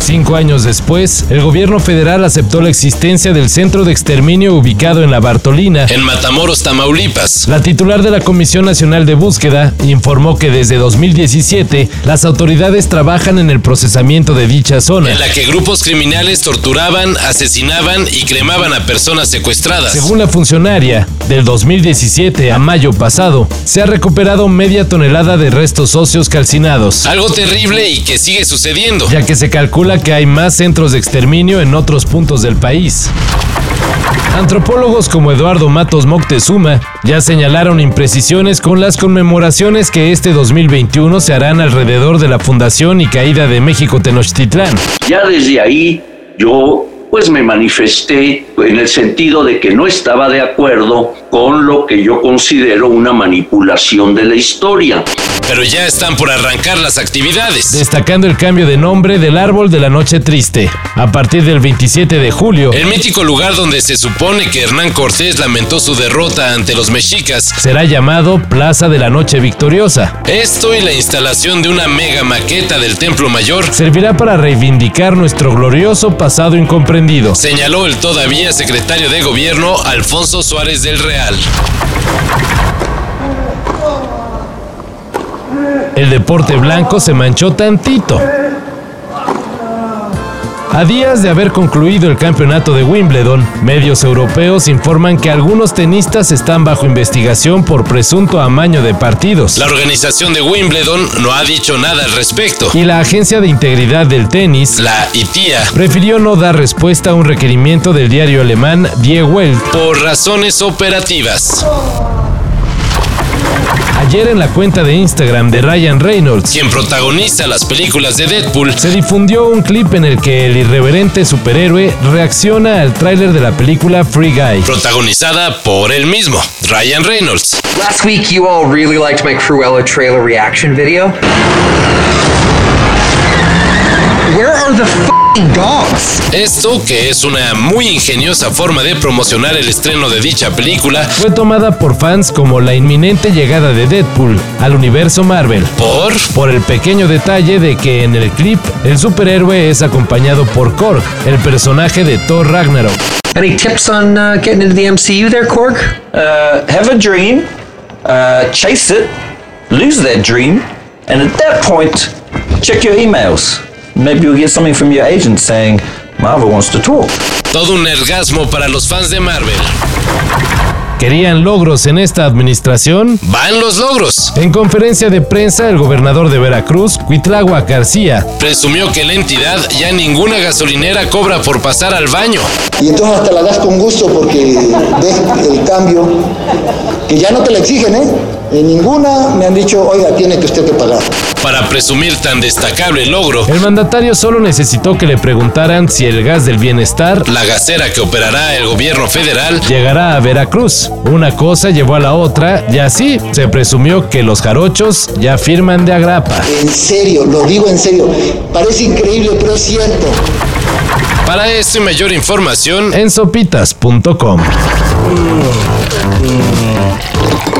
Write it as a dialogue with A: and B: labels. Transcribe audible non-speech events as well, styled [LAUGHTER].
A: Cinco años después, el gobierno federal aceptó la existencia del centro de exterminio ubicado en la Bartolina.
B: En Matamoros, Tamaulipas.
A: La titular de la Comisión Nacional de Búsqueda informó que desde 2017 las autoridades trabajan en el procesamiento de dicha zona.
B: En la que grupos criminales torturaban, asesinaban y cremaban a personas secuestradas.
A: Según la funcionaria, del 2017 a mayo pasado, se ha recuperado media tonelada de restos óseos calcinados.
B: Algo terrible y que sigue sucediendo.
A: [LAUGHS] Ya que se calcula que hay más centros de exterminio en otros puntos del país. Antropólogos como Eduardo Matos Moctezuma ya señalaron imprecisiones con las conmemoraciones que este 2021 se harán alrededor de la fundación y caída de México Tenochtitlán.
C: Ya desde ahí yo pues me manifesté en el sentido de que no estaba de acuerdo con lo que yo considero una manipulación de la historia.
B: Pero ya están por arrancar las actividades.
A: Destacando el cambio de nombre del árbol de la noche triste. A partir del 27 de julio,
B: el mítico lugar donde se supone que Hernán Cortés lamentó su derrota ante los mexicas
A: será llamado Plaza de la Noche Victoriosa.
B: Esto y la instalación de una mega maqueta del Templo Mayor
A: servirá para reivindicar nuestro glorioso pasado incomprensible
B: Señaló el todavía secretario de gobierno Alfonso Suárez del Real.
A: El deporte blanco se manchó tantito. A días de haber concluido el campeonato de Wimbledon, medios europeos informan que algunos tenistas están bajo investigación por presunto amaño de partidos.
B: La organización de Wimbledon no ha dicho nada al respecto.
A: Y la Agencia de Integridad del Tenis,
B: la ITIA,
A: prefirió no dar respuesta a un requerimiento del diario alemán Die Welt
B: por razones operativas.
A: Ayer en la cuenta de Instagram de Ryan Reynolds,
B: quien protagoniza las películas de Deadpool,
A: se difundió un clip en el que el irreverente superhéroe reacciona al tráiler de la película Free Guy,
B: protagonizada por él mismo, Ryan Reynolds.
D: Last week you all really liked my Cruella trailer reaction video. Where are the f
B: esto, que es una muy ingeniosa forma de promocionar el estreno de dicha película,
A: fue tomada por fans como la inminente llegada de Deadpool al universo Marvel.
B: ¿Por?
A: Por el pequeño detalle de que en el clip el superhéroe es acompañado por Korg, el personaje de Thor Ragnarok.
D: Any tips on uh, getting into the MCU there, Korg?
E: Uh, have a dream, uh, chase it, lose that dream, and at that point, check your emails. Maybe you'll get something from your agent saying, Marvel wants to talk.
B: Todo un ergasmo para los fans de Marvel.
A: ¿Querían logros en esta administración?
B: ¡Van los logros!
A: En conferencia de prensa, el gobernador de Veracruz, Cuitlagua García,
B: presumió que la entidad ya ninguna gasolinera cobra por pasar al baño.
F: Y entonces hasta la das con gusto porque ves el cambio, que ya no te la exigen, ¿eh? En ninguna me han dicho, oiga, tiene que usted que pagar.
B: Para presumir tan destacable logro,
A: el mandatario solo necesitó que le preguntaran si el gas del bienestar,
B: la gasera que operará el gobierno federal,
A: llegará a Veracruz. Una cosa llevó a la otra y así se presumió que los jarochos ya firman de agrapa.
F: En serio, lo digo en serio. Parece increíble, pero es cierto.
B: Para esto y mayor información
A: en sopitas.com.